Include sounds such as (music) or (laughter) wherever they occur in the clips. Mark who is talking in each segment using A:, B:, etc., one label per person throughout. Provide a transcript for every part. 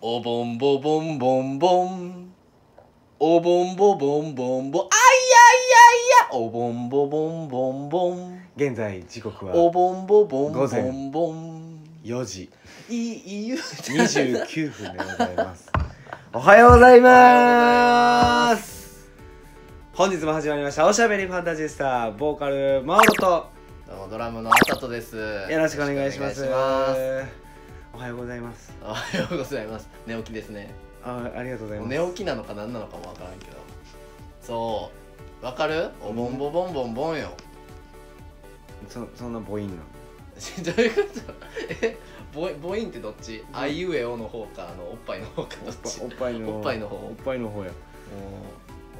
A: おぼんぼぼんぼんぼん。おぼんぼぼんぼんぼん。あいやいやいや。おぼんぼぼんぼんぼん。
B: 現在時刻
A: お
B: は
A: ぼんぼぼんぼ
B: 午前
A: んぼん。
B: 4時
A: いい、いいよ。
B: 29分でございますおはようございます本日も始まりましたおしゃべりファンタジスタボーカルマオロと
A: (laughs) どうもドラムのあさとです。
B: よろしくお願いします
A: よろしくお願いします
B: おはようございます
A: おはようございます。寝起きですね。
B: あありがとうございます
A: 寝起きなのか何なのかもわからんけど。そう。わかるおぼんぼぼんぼんぼんよ。 (laughs)
B: そそんな母音なの
A: どういうこと (laughs) え母母音ってどっちあいうえおの方かあのおっぱいの方かどっち
B: おっぱいの
A: おっぱいの方
B: おっぱいの方や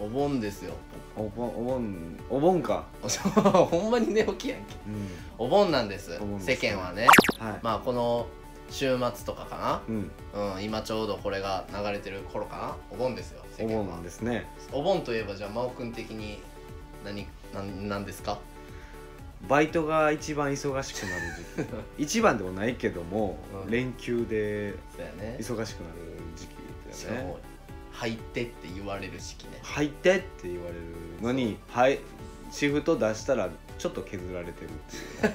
A: おお盆ですよ (laughs)
B: お盆お盆お盆か
A: おほんまに寝起きやんけ
B: うん
A: お盆なんです
B: お盆ですね
A: 世間はね
B: はい
A: まあこの週末とかか
B: うん
A: な、うん、今ちょうどこれが流れてる頃かなお盆ですよ世
B: お
A: 間
B: 盆
A: は
B: ですね
A: お盆といえばじゃあ真央君的に何なんなんですか
B: バイトが一番忙しくなる時
A: (laughs)
B: 期一番でもないけども、
A: うん
B: 連休で
A: そうやね
B: 忙しくなる時期
A: し
B: だ
A: か
B: よね
A: も入ってって言われる時期ね (laughs)
B: 入ってって言われるのにはいシフト出したらちょっと削られてるっていう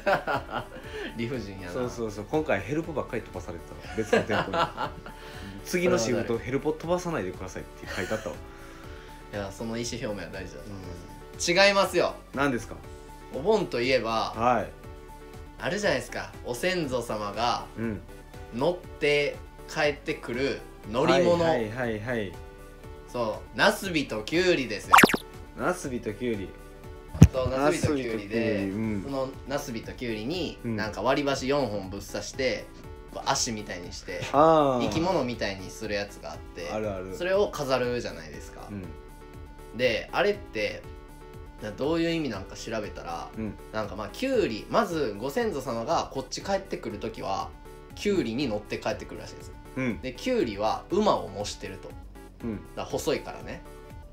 A: 理不尽やな
B: そうそうそう今回ヘルプばっかり飛ばされてたわ別の店舗に
A: (laughs)
B: 次のシフトヘルプ飛ばさないでくださいって書いてあったわ、
A: いやその意思表明は大事だと思います、違いますよ
B: 何ですか
A: お盆といえば
B: はい
A: あるじゃないですかお先祖様が
B: うん
A: 乗って帰ってくる乗り物、
B: はいはいはいはい
A: そうナスビとキュウリですよ
B: ナスビとキュウリ
A: そうナスビとキュウリで
B: ナスビとキュウリうん
A: そのナスビとキュウリに、
B: うん
A: なんか割り箸4本ぶっ刺して足みたいにして
B: ああ
A: 生き物みたいにするやつがあって
B: あるある
A: それを飾るじゃないですか、
B: うん
A: であれってなどういう意味なんか調べたら
B: うん
A: なんかまあキュウリまずご先祖様がこっち帰ってくる時はキュウリに乗って帰ってくるらしいです
B: うん
A: でキュウリは馬を模してるとだか
B: うん
A: ら細いからね、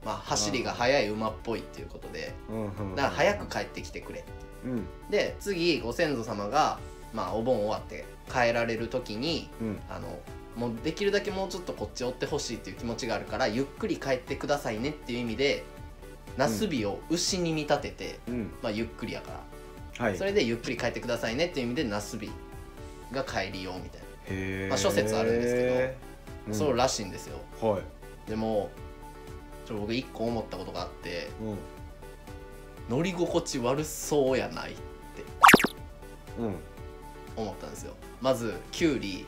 A: まあ、走りが速い馬っぽいっていうことで
B: うんうん
A: だから早く帰ってきてくれ
B: うん
A: で次ご先祖様が、まあ、お盆終わって帰られる時に
B: うん
A: あのもうできるだけもうちょっとこっち追ってほしいっていう気持ちがあるからゆっくり帰ってくださいねっていう意味でナスビを牛に見立てて、
B: うん
A: まあ、ゆっくりやから
B: はい
A: それでゆっくり帰ってくださいねっていう意味でナスビが帰りようみたいな、
B: へー
A: まあ諸説あるんです
B: うん
A: そうらしいんですよ
B: はい
A: でもちょ僕一個思ったことがあって
B: う
A: 乗り心地悪そうやない
B: んうん
A: 思ったんですよまずキュウリ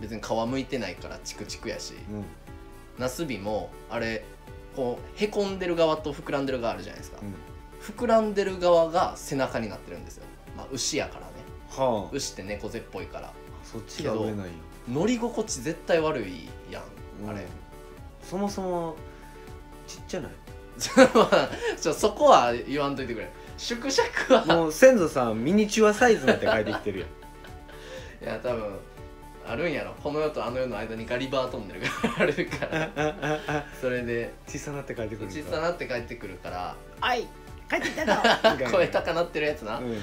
A: 別に皮むいてないからチクチクやし
B: うん
A: ナスビもあれこうへこんでる側と膨らんでる側あるじゃないですか
B: うん
A: 膨らんでる側が背中になってるんですよまあ牛やからね
B: はあ
A: 牛って猫背っぽいから
B: そっちが売れないよ
A: 乗り心地絶対悪いやんあれ、 (laughs)
B: うんそもそもちっちゃない
A: まあちょそこは言わんといてくれ縮尺は
B: もう先祖さんミニチュアサイズになって帰ってきてるやん
A: いや多分あるんやろこの世とあの世の間にガリバートンネルが (laughs) あるからそれで
B: (laughs) 小さなって帰ってくる
A: 小さなって帰ってくるから
B: なはい帰ってき (laughs) たぞ
A: (laughs) 声高なってるやつな、
B: うん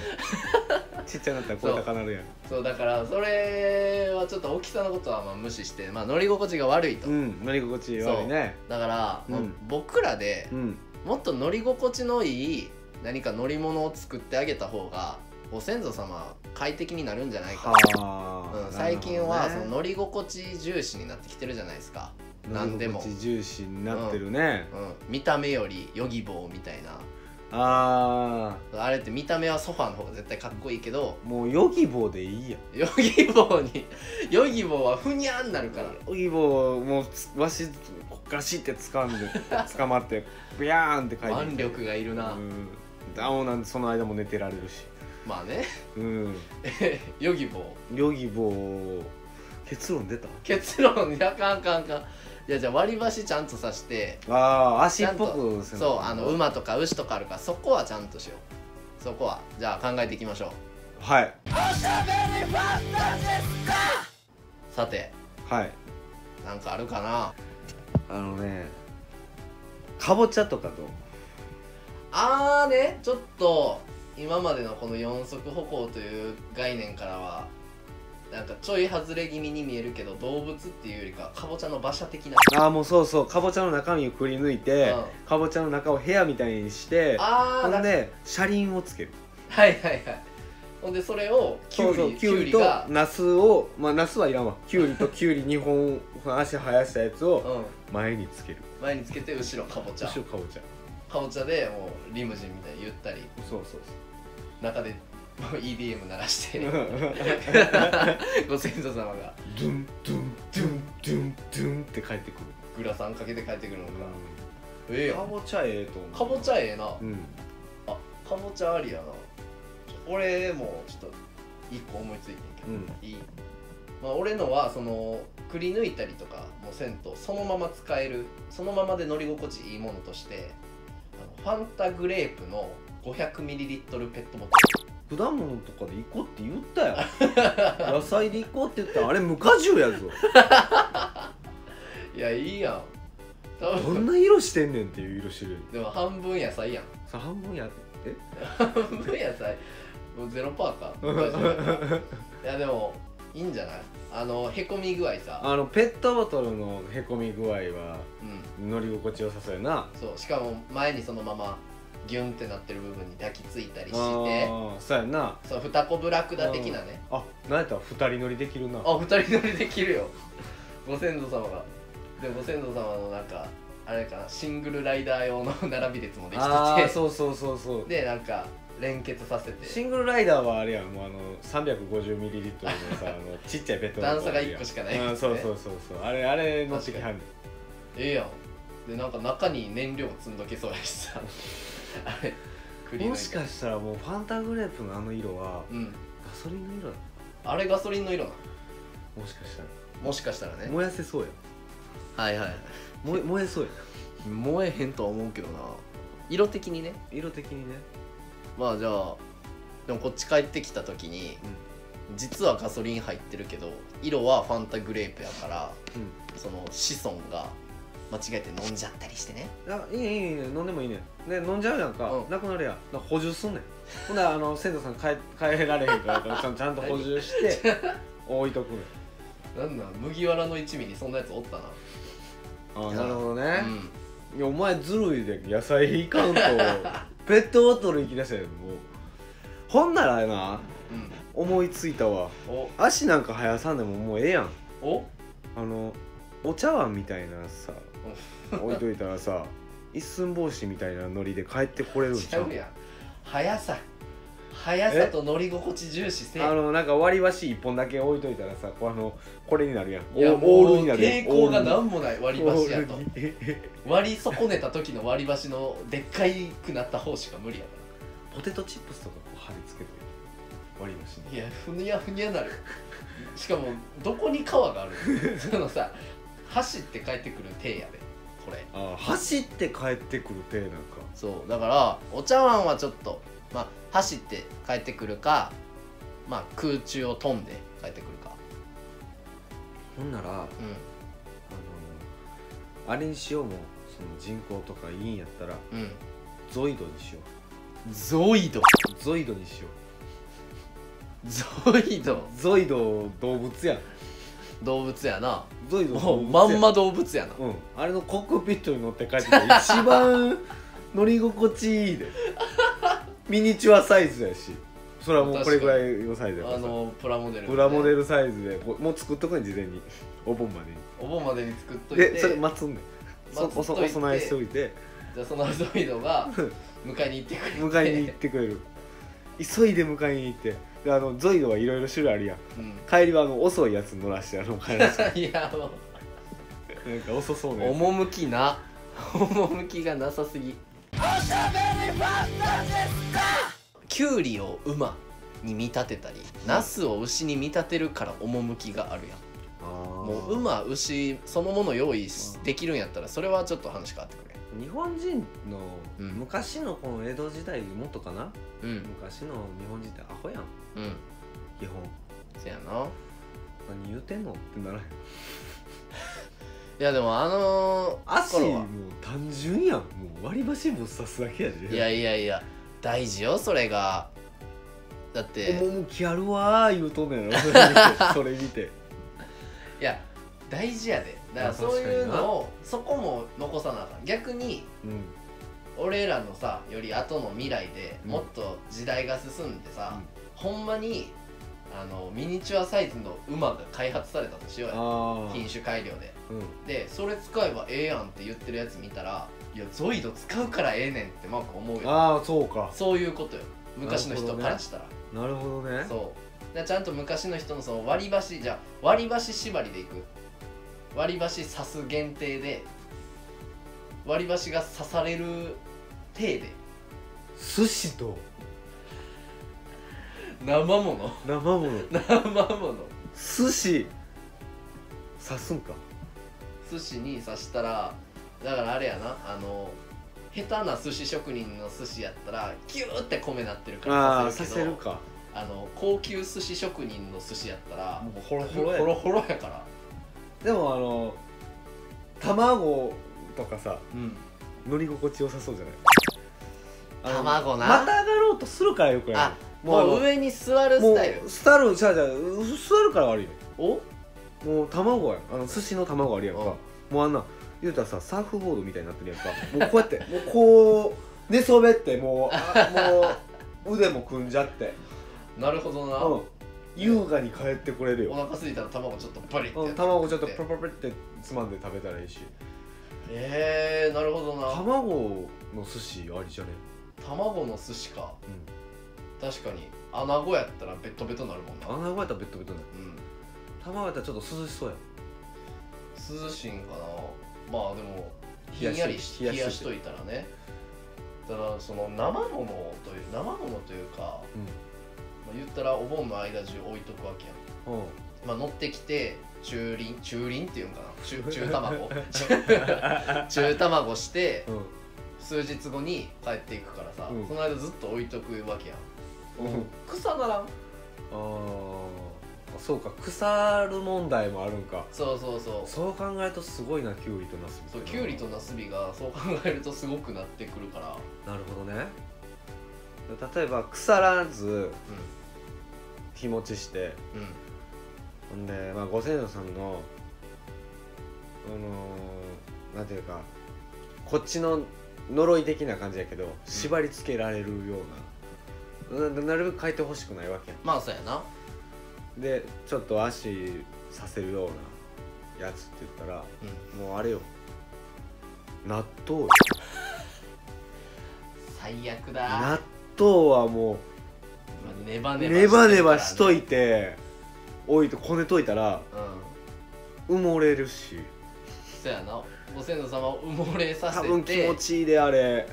B: ちっちゃなったら声高なるやん
A: そうだからそれはちょっと大きさのことはまあ無視して、まあ、乗り心地が悪いと、
B: うん乗り心地悪いね
A: だから、
B: うん
A: もう僕らで
B: うん
A: もっと乗り心地のいい何か乗り物を作ってあげた方がご先祖様は快適になるんじゃないかな
B: はあ
A: うん、最近は
B: な
A: その
B: るほどね
A: 乗り心地重視になってきてるじゃないですか、何でも
B: 乗り心地重視になってるね
A: うん、見た目よりヨギボーみたい
B: ああ
A: なあれって見た目はソファーの方が絶対かっこいいけど
B: もうヨギボーでいいやん
A: ヨギボーにヨギボーはふにゃんなるから
B: ヨギボーもうつわしこっからしって掴ん
A: (laughs)
B: で捕まってビヤーンって書いて
A: 腕力がいるな、
B: うんダウンなんでその間も寝てられるし
A: まあね (laughs)
B: うん
A: ヨギボー
B: ヨギボー結論出た
A: 結論やかんかんかんいやじゃあ割り箸ちゃんとさして
B: あー足
A: ち
B: っ
A: ゃん
B: ぽ
A: と
B: くせな
A: そうあの馬とか牛とかあるからそこはちゃんとしようそこはじゃあ考えていきましょう
B: はい
A: さて
B: はい
A: なんかあるかな
B: あのねかぼちゃとかと
A: あーねちょっと今までのこの四足歩行という概念からはなんかちょい外れ気味に見えるけど動物っていうよりかかぼちゃの馬車的な
B: ああもうそうそうかぼちゃの中身をくり抜いて、
A: うん
B: かぼちゃの中を部屋みたいにして
A: あ
B: ほ
A: ーなん
B: ん
A: か
B: で車輪をつける
A: はいはいはいほんでそれをきゅ
B: そううそう
A: り
B: き
A: き
B: ゅ
A: ゅう
B: う
A: り
B: りと
A: が
B: ナスをまあナスはいらんわきゅ
A: (laughs)
B: うりときゅうり2本足生やしたやつ
A: う
B: を
A: ん
B: 前につける
A: 前につけて後ろかぼち
B: 後
A: ゃ
B: ろかぼちゃ
A: かぼちゃでもうリムジンみたいにゆったり
B: そうそう
A: 中でもう EDM 鳴らし
B: そ
A: て
B: う
A: ご先祖様が
B: ドゥンドゥンドゥンドゥンドゥンって帰ってくる
A: グラサンかけて帰ってくるのか、
B: う
A: ええ
B: ん
A: や
B: か
A: ん
B: ぼちゃええと思う
A: かぼちゃええな、
B: うん
A: あかぼちゃありやなちょ俺もちょっと一個思いついてんけど、
B: うん
A: いいまあ、俺のはそのくり抜いたりとかもせんとそのまま使えるそのままで乗り心地いいものとしてあのファンタグレープの 500ml ペットボト
B: 果物とかで行こうって言ったよ野菜で行こうって言ったらあれ無果汁
A: (laughs)
B: やぞ
A: ルいやいいやん多
B: ど
A: 分
B: んな色してんねんっていう色してる
A: でも半分野菜やん (laughs)
B: さ半分やえ
A: 半分野菜もうゼロパ
B: (laughs)
A: ーかいやでもいいんじゃないあのへこみ具合さ
B: あのペットボトルのへこみ具合は
A: うん
B: 乗り心地よさそうやな
A: そうしかも前にそのままギュンってなってる部分に抱きついたりして
B: あーそうやな
A: そう二子ブラクダ的なね
B: あなんやったら二人乗りできるな
A: あ二人乗りできるよご先祖様がでご先祖様のなんかあれかなシングルライダー用の並び列もでき
B: あー
A: て
B: そうそうそうそう
A: てでなんか連結させ
B: シ
A: て
B: ングルライダーはあれやんもうあの 350ml のさあのちっちゃいペットボトル
A: 段差が一個しかない
B: うん
A: やつね
B: そうそうそうそうあれあれ乗ってきはんねん
A: ええやんでなんか中に燃料積んどけそうやしさ (laughs) あれクリー
B: もしかしたらもうファンタグレープのあの色は
A: うん
B: ガソリンの色だ
A: あれガソリンの色なの
B: もしかしたら
A: もしかしたらね
B: 燃やせそうや
A: はいはい
B: 燃え燃えそうや
A: 燃えへんとは思うけどな色的にね
B: 色的にね
A: まあじゃあでもこっち帰ってきた時に、実はガソリン入ってるけど色はファンタグレープやから
B: うん
A: その子孫が間違えて飲んじゃったりしてね
B: あいいねいいねいいね飲んでもいいねで飲んじゃうやんか、
A: うん
B: なくなるやんだから補充すんねんほんならあの先祖さん帰帰られへんからちゃんちゃんと補充して
A: (laughs)
B: 置いとくねん
A: なんなん麦わらの一味にそんなやつおったな
B: あ
A: なるほ
B: どね
A: うん
B: いやお前ずるいで野菜い
A: (laughs)
B: かんとペットボトル行きだしたやんもうほんならやな思いついたわ
A: うん
B: 足なんか生やさんでももうええやん
A: おお
B: あのお茶碗みたいなさ置いといた
A: (laughs)
B: らさ一寸法師みたいなノリで帰ってこれるん
A: ち
B: ち
A: ゃ
B: ゃ
A: う
B: う
A: やん速さ速さと乗り心地重視せえ
B: あのなんか割り箸一本だけ置いといたらさこうあのこれになるやん
A: いや
B: オー
A: もう
B: オールになるやん
A: 抵抗が
B: オール
A: 何もない割り箸やと
B: オールに
A: 割り損ねた時の割り箸のでっかいくなった方しか無理やから
B: ポテトチップスとかこう貼り付けて割り箸に
A: いやふにゃふにゃなるしかもどこに川があるその (laughs) さ走って帰ってくる手やでこれ
B: あー走って帰ってくる手なんか
A: そうだからお茶碗はちょっとまあ走って帰ってくるかまあ空中を飛んで帰ってくるか
B: ほんならあのあれにしようもうその人工とかいいんやったら
A: うんうん
B: ゾイドにしよ
A: ゾイド
B: うゾイドにしよ
A: ゾイド
B: うゾイド動物やん
A: 動物やな
B: ゾイド
A: も
B: 動
A: う
B: 物
A: ま
B: や
A: んま動物やな
B: うん、あれのコックピットに乗って帰ってきたら一番乗り心地い
A: (laughs)
B: いでミニチュアサイズやしそれはもうこれぐらいのサイズやか
A: あ
B: らさ
A: のプラモデルのね
B: プラモデルサイズでこうもう作っとくねん事前にお盆までに
A: お盆までに作っとい
B: で
A: て
B: それ待つんねんそ
A: 待
B: お
A: っと
B: そ
A: いて
B: お供えしておいて
A: (laughs) じゃあそのゾイド
B: (laughs)
A: が迎えに行ってくれて
B: 迎えに行ってくれる急いで迎えに行ってであのゾイドはいろいろ種類あるやん
A: うん
B: 帰りはあの遅いやつ乗らしてあの帰
A: (laughs)
B: らせて
A: いやもう
B: なんか遅そうね
A: 趣な趣がなさすぎキュウリを馬に見立てたりナスを牛に見立てるから趣があるやんもう馬牛そのもの用意し
B: うん
A: できるんやったらそれはちょっと話変わってく
B: 日本人の
A: うん
B: 昔のこの江戸時代もっとかな、
A: れうん
B: 昔の日本人ってアホやん
A: うん
B: 基本
A: せやな
B: 何言うてんのってならへん
A: いやでもあの
B: 足
A: 頃
B: も
A: は
B: う単純やんもう割り箸ぶっ刺すだけやで
A: いやいやいや大事よそれがだって
B: 趣あるわー言うとんねんやろそれ見
A: (laughs)
B: て
A: いや大事やでだから
B: まあ
A: そういう
B: 確かにな
A: のをそこも残さなあかん逆に
B: うん
A: 俺らのさより後の未来で
B: うん
A: もっと時代が進んでさ、ほんまにあのミニチュアサイズの馬が開発されたとしようや
B: ああ
A: 品種改良で
B: うん
A: でそれ使えばええやんって言ってるやつ見たらいやゾイド使うからええねんってマーク思うよ
B: ああそうか
A: そういうことよ昔の
B: なる
A: 人
B: ほどね
A: からしたら、
B: なるほどね
A: そうだからちゃんと昔の人のその割り箸じゃあ割り箸縛りでいく割り箸刺す限定で割り箸が刺される手で
B: 寿司と
A: 生物 (laughs)
B: 生もの
A: 生物
B: 寿司刺すんか
A: 寿司に刺したらだからあれやなあの下手な寿司職人の寿司やったらキューって米なってるから
B: ああ
A: 刺せ
B: 刺
A: るけど
B: せるか
A: あの高級寿司職人の寿司やったら
B: うホロ
A: ホロホロやから
B: でもあの卵とかさ
A: うん
B: 乗り心地良さそうじゃないあの
A: 卵な
B: また上がろうとするからよくや
A: あ
B: る
A: もう
B: も
A: 上に座る
B: うも
A: ス
B: う
A: タイル
B: スタイルじゃうじゃう座るから悪いよ
A: お
B: もう卵やんあの寿司の卵あるやんか、
A: うん
B: もうあんな言うたらさサーフボードみたいになってるやんかもうこうや (laughs) ってもうこう寝そべってもうあ (laughs) もう腕も組んじゃって、
A: なるほどな、
B: うん、優雅に帰ってこれる
A: お
B: よ、
A: 腹空すいたら卵ちょっとパリって、
B: うん、卵ちょっとパパパってつまんで食べたらいいし
A: えー、なるほどな
B: 卵の寿司ありじゃね
A: 卵の寿司か確かに穴子やったらベトベトなるもんな
B: 穴子やったらベットベトな
A: う
B: 卵やったらちょっと涼しそうやん
A: ん涼しいんかなまあでもひんやりし冷
B: 冷
A: や
B: や
A: し
B: し
A: といたらねだからその生物という生物というか、まあ、言ったらお盆の間中置いとくわけやん
B: うん、うん、
A: まあ、乗ってきて中輪中輪っていうんかな中中卵中卵 (laughs) して数日後に帰っていくからさ、
B: うん
A: その間ずっと置いとくわけやん
B: うん、
A: 草ならん
B: あーそうか腐る問題もあるんか
A: そうそうそう
B: そう考えるとすごいなキュウリとナスビ
A: そうキュウリとナスビがそう考えるとすごくなってくるから
B: なるほどね例えば腐らず日持ちして
A: うんうん
B: ほんで、まあ、ご先祖さんのあのー、なんていうかこっちの呪い的な感じやけど縛り付けられるような、ななるべく変えてほしくないわけや
A: まあそうやなん
B: でちょっと足させるようなやつって言ったら
A: うん
B: もうあれよ納豆よ
A: 最悪だ
B: 納豆はも
A: まあネバ
B: う
A: ネバ
B: ネバネバし
A: してるから
B: と
A: ね
B: いて置いてこねといたら
A: うん
B: 埋もれるし
A: そうやなご先祖様を埋もれさせ
B: 多
A: て
B: 分気持ちいいであれ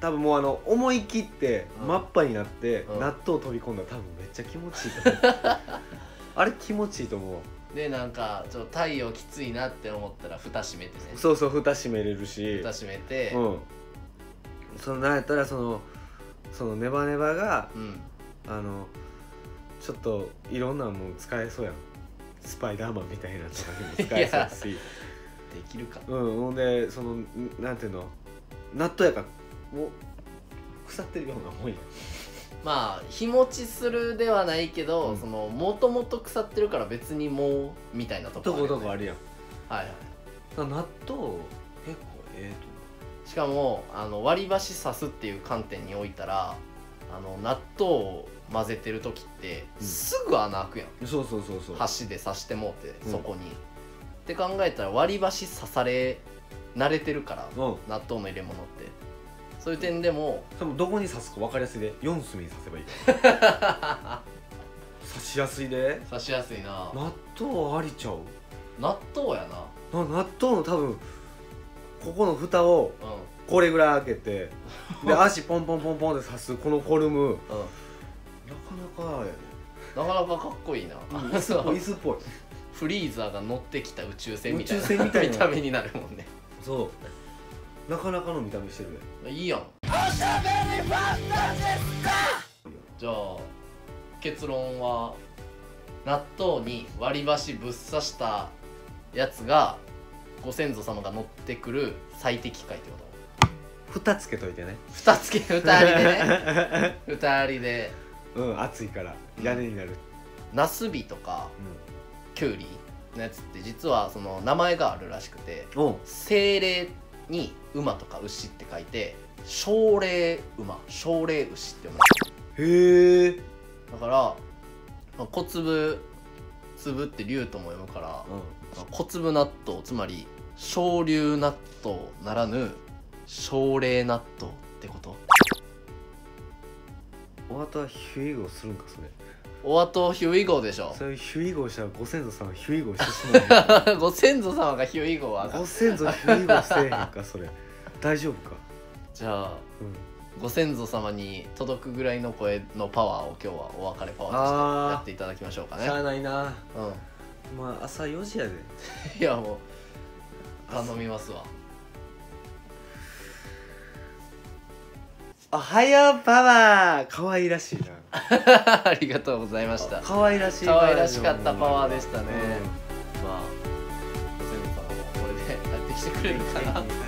B: 多分もうあの思い切って
A: うん
B: マッパになって
A: うん
B: 納豆飛び込んだら多分めっちゃ気持ちいいと思う
A: (laughs)
B: あれ気持ちいいと思う
A: でなんかちょっと太陽きついなって思ったら蓋閉めてね
B: そうそう蓋閉めれるし
A: 蓋閉めて
B: うんそのなんやったらそのそのネバネバが
A: うん
B: あのちょっといろんなもん使えそうやんスパイダーマンみたいなとかにも使えそうやし
A: できるか
B: うんほんでそのんなんていうの納豆やからもう腐ってるようなもんや
A: まあ日持ちするではないけど、
B: うん
A: そのもともと腐ってるから別にもうみたいなとこあ
B: ど
A: る
B: こ
A: よ
B: ど
A: ね
B: こあるやん
A: はいはい
B: 納豆結構ええ
A: しかもあの割り箸刺すっていう観点においたらあの納豆を混ぜてる時って
B: うん
A: すぐ穴開くやん、
B: とそうそうそうそう
A: 箸で刺してもうて
B: うん
A: そこに、って考えたら割り箸刺され慣れてるから
B: うん
A: 納豆の入れ物ってそういう点でも
B: 多分どこに刺すか分かりやすいで4隅に刺せ (laughs) ばいい刺しやすいで
A: 刺しやすいな
B: 納豆ありちゃう
A: 納豆やな
B: な納豆の多分ここの蓋を
A: う
B: これぐらい開けて (laughs) で足ポンポンポンポンで刺すこのフォルム
A: んうん
B: なかなかや
A: なかなかかっこいいな、
B: ね椅子っぽい椅子っぽい
A: (laughs) フリーザーが乗ってきた宇宙船みたいな
B: 宇宙船みたい
A: (laughs)
B: な
A: 見た目になるもんね
B: そうなかなかの見た目してるね
A: いいやんじゃあ結論は納豆に割り箸ぶっ刺したやつがご先祖様が乗ってくる最適解ってこと
B: 蓋つけといてね
A: 二つけ二人でね二人で
B: うん暑いから
A: うん
B: 屋根になる、
A: ナスビとかキュウリのやつって実はその名前があるらしくて
B: うん、うん
A: 精霊に馬とか牛って書いて奨励馬奨励牛って読む
B: へえ、
A: だから、まあ、小粒粒って竜とも読むから、まあ小粒納豆つまり昇竜納豆ならぬ奨励納豆ってこと
B: おわたはヒュイゴするんかそれ
A: おあとヒュイゴーでしょ
B: それヒュイゴしたらご先祖さんはヒュイゴしてしまうん (laughs)
A: (laughs)
B: や
A: ご先祖様がヒュイゴーはな
B: ご先祖ヒュイゴせえへんかそれ大丈夫か
A: じゃあ
B: うん
A: ご先祖様に届くぐらいの声のパワーを今日はお別れパワーと
B: あ
A: して
B: ー
A: やっていただきましょうかね
B: しゃあないな
A: う
B: まあ朝4時やで
A: んいやもう頼みますわ
B: おはようパワー可愛らしいな
A: (laughs) ありがとうございましたま
B: 可愛らしい
A: 可愛らしかったパワーでしたね
B: うん
A: あご先祖様もこれで帰ってきてくれるかな
B: うん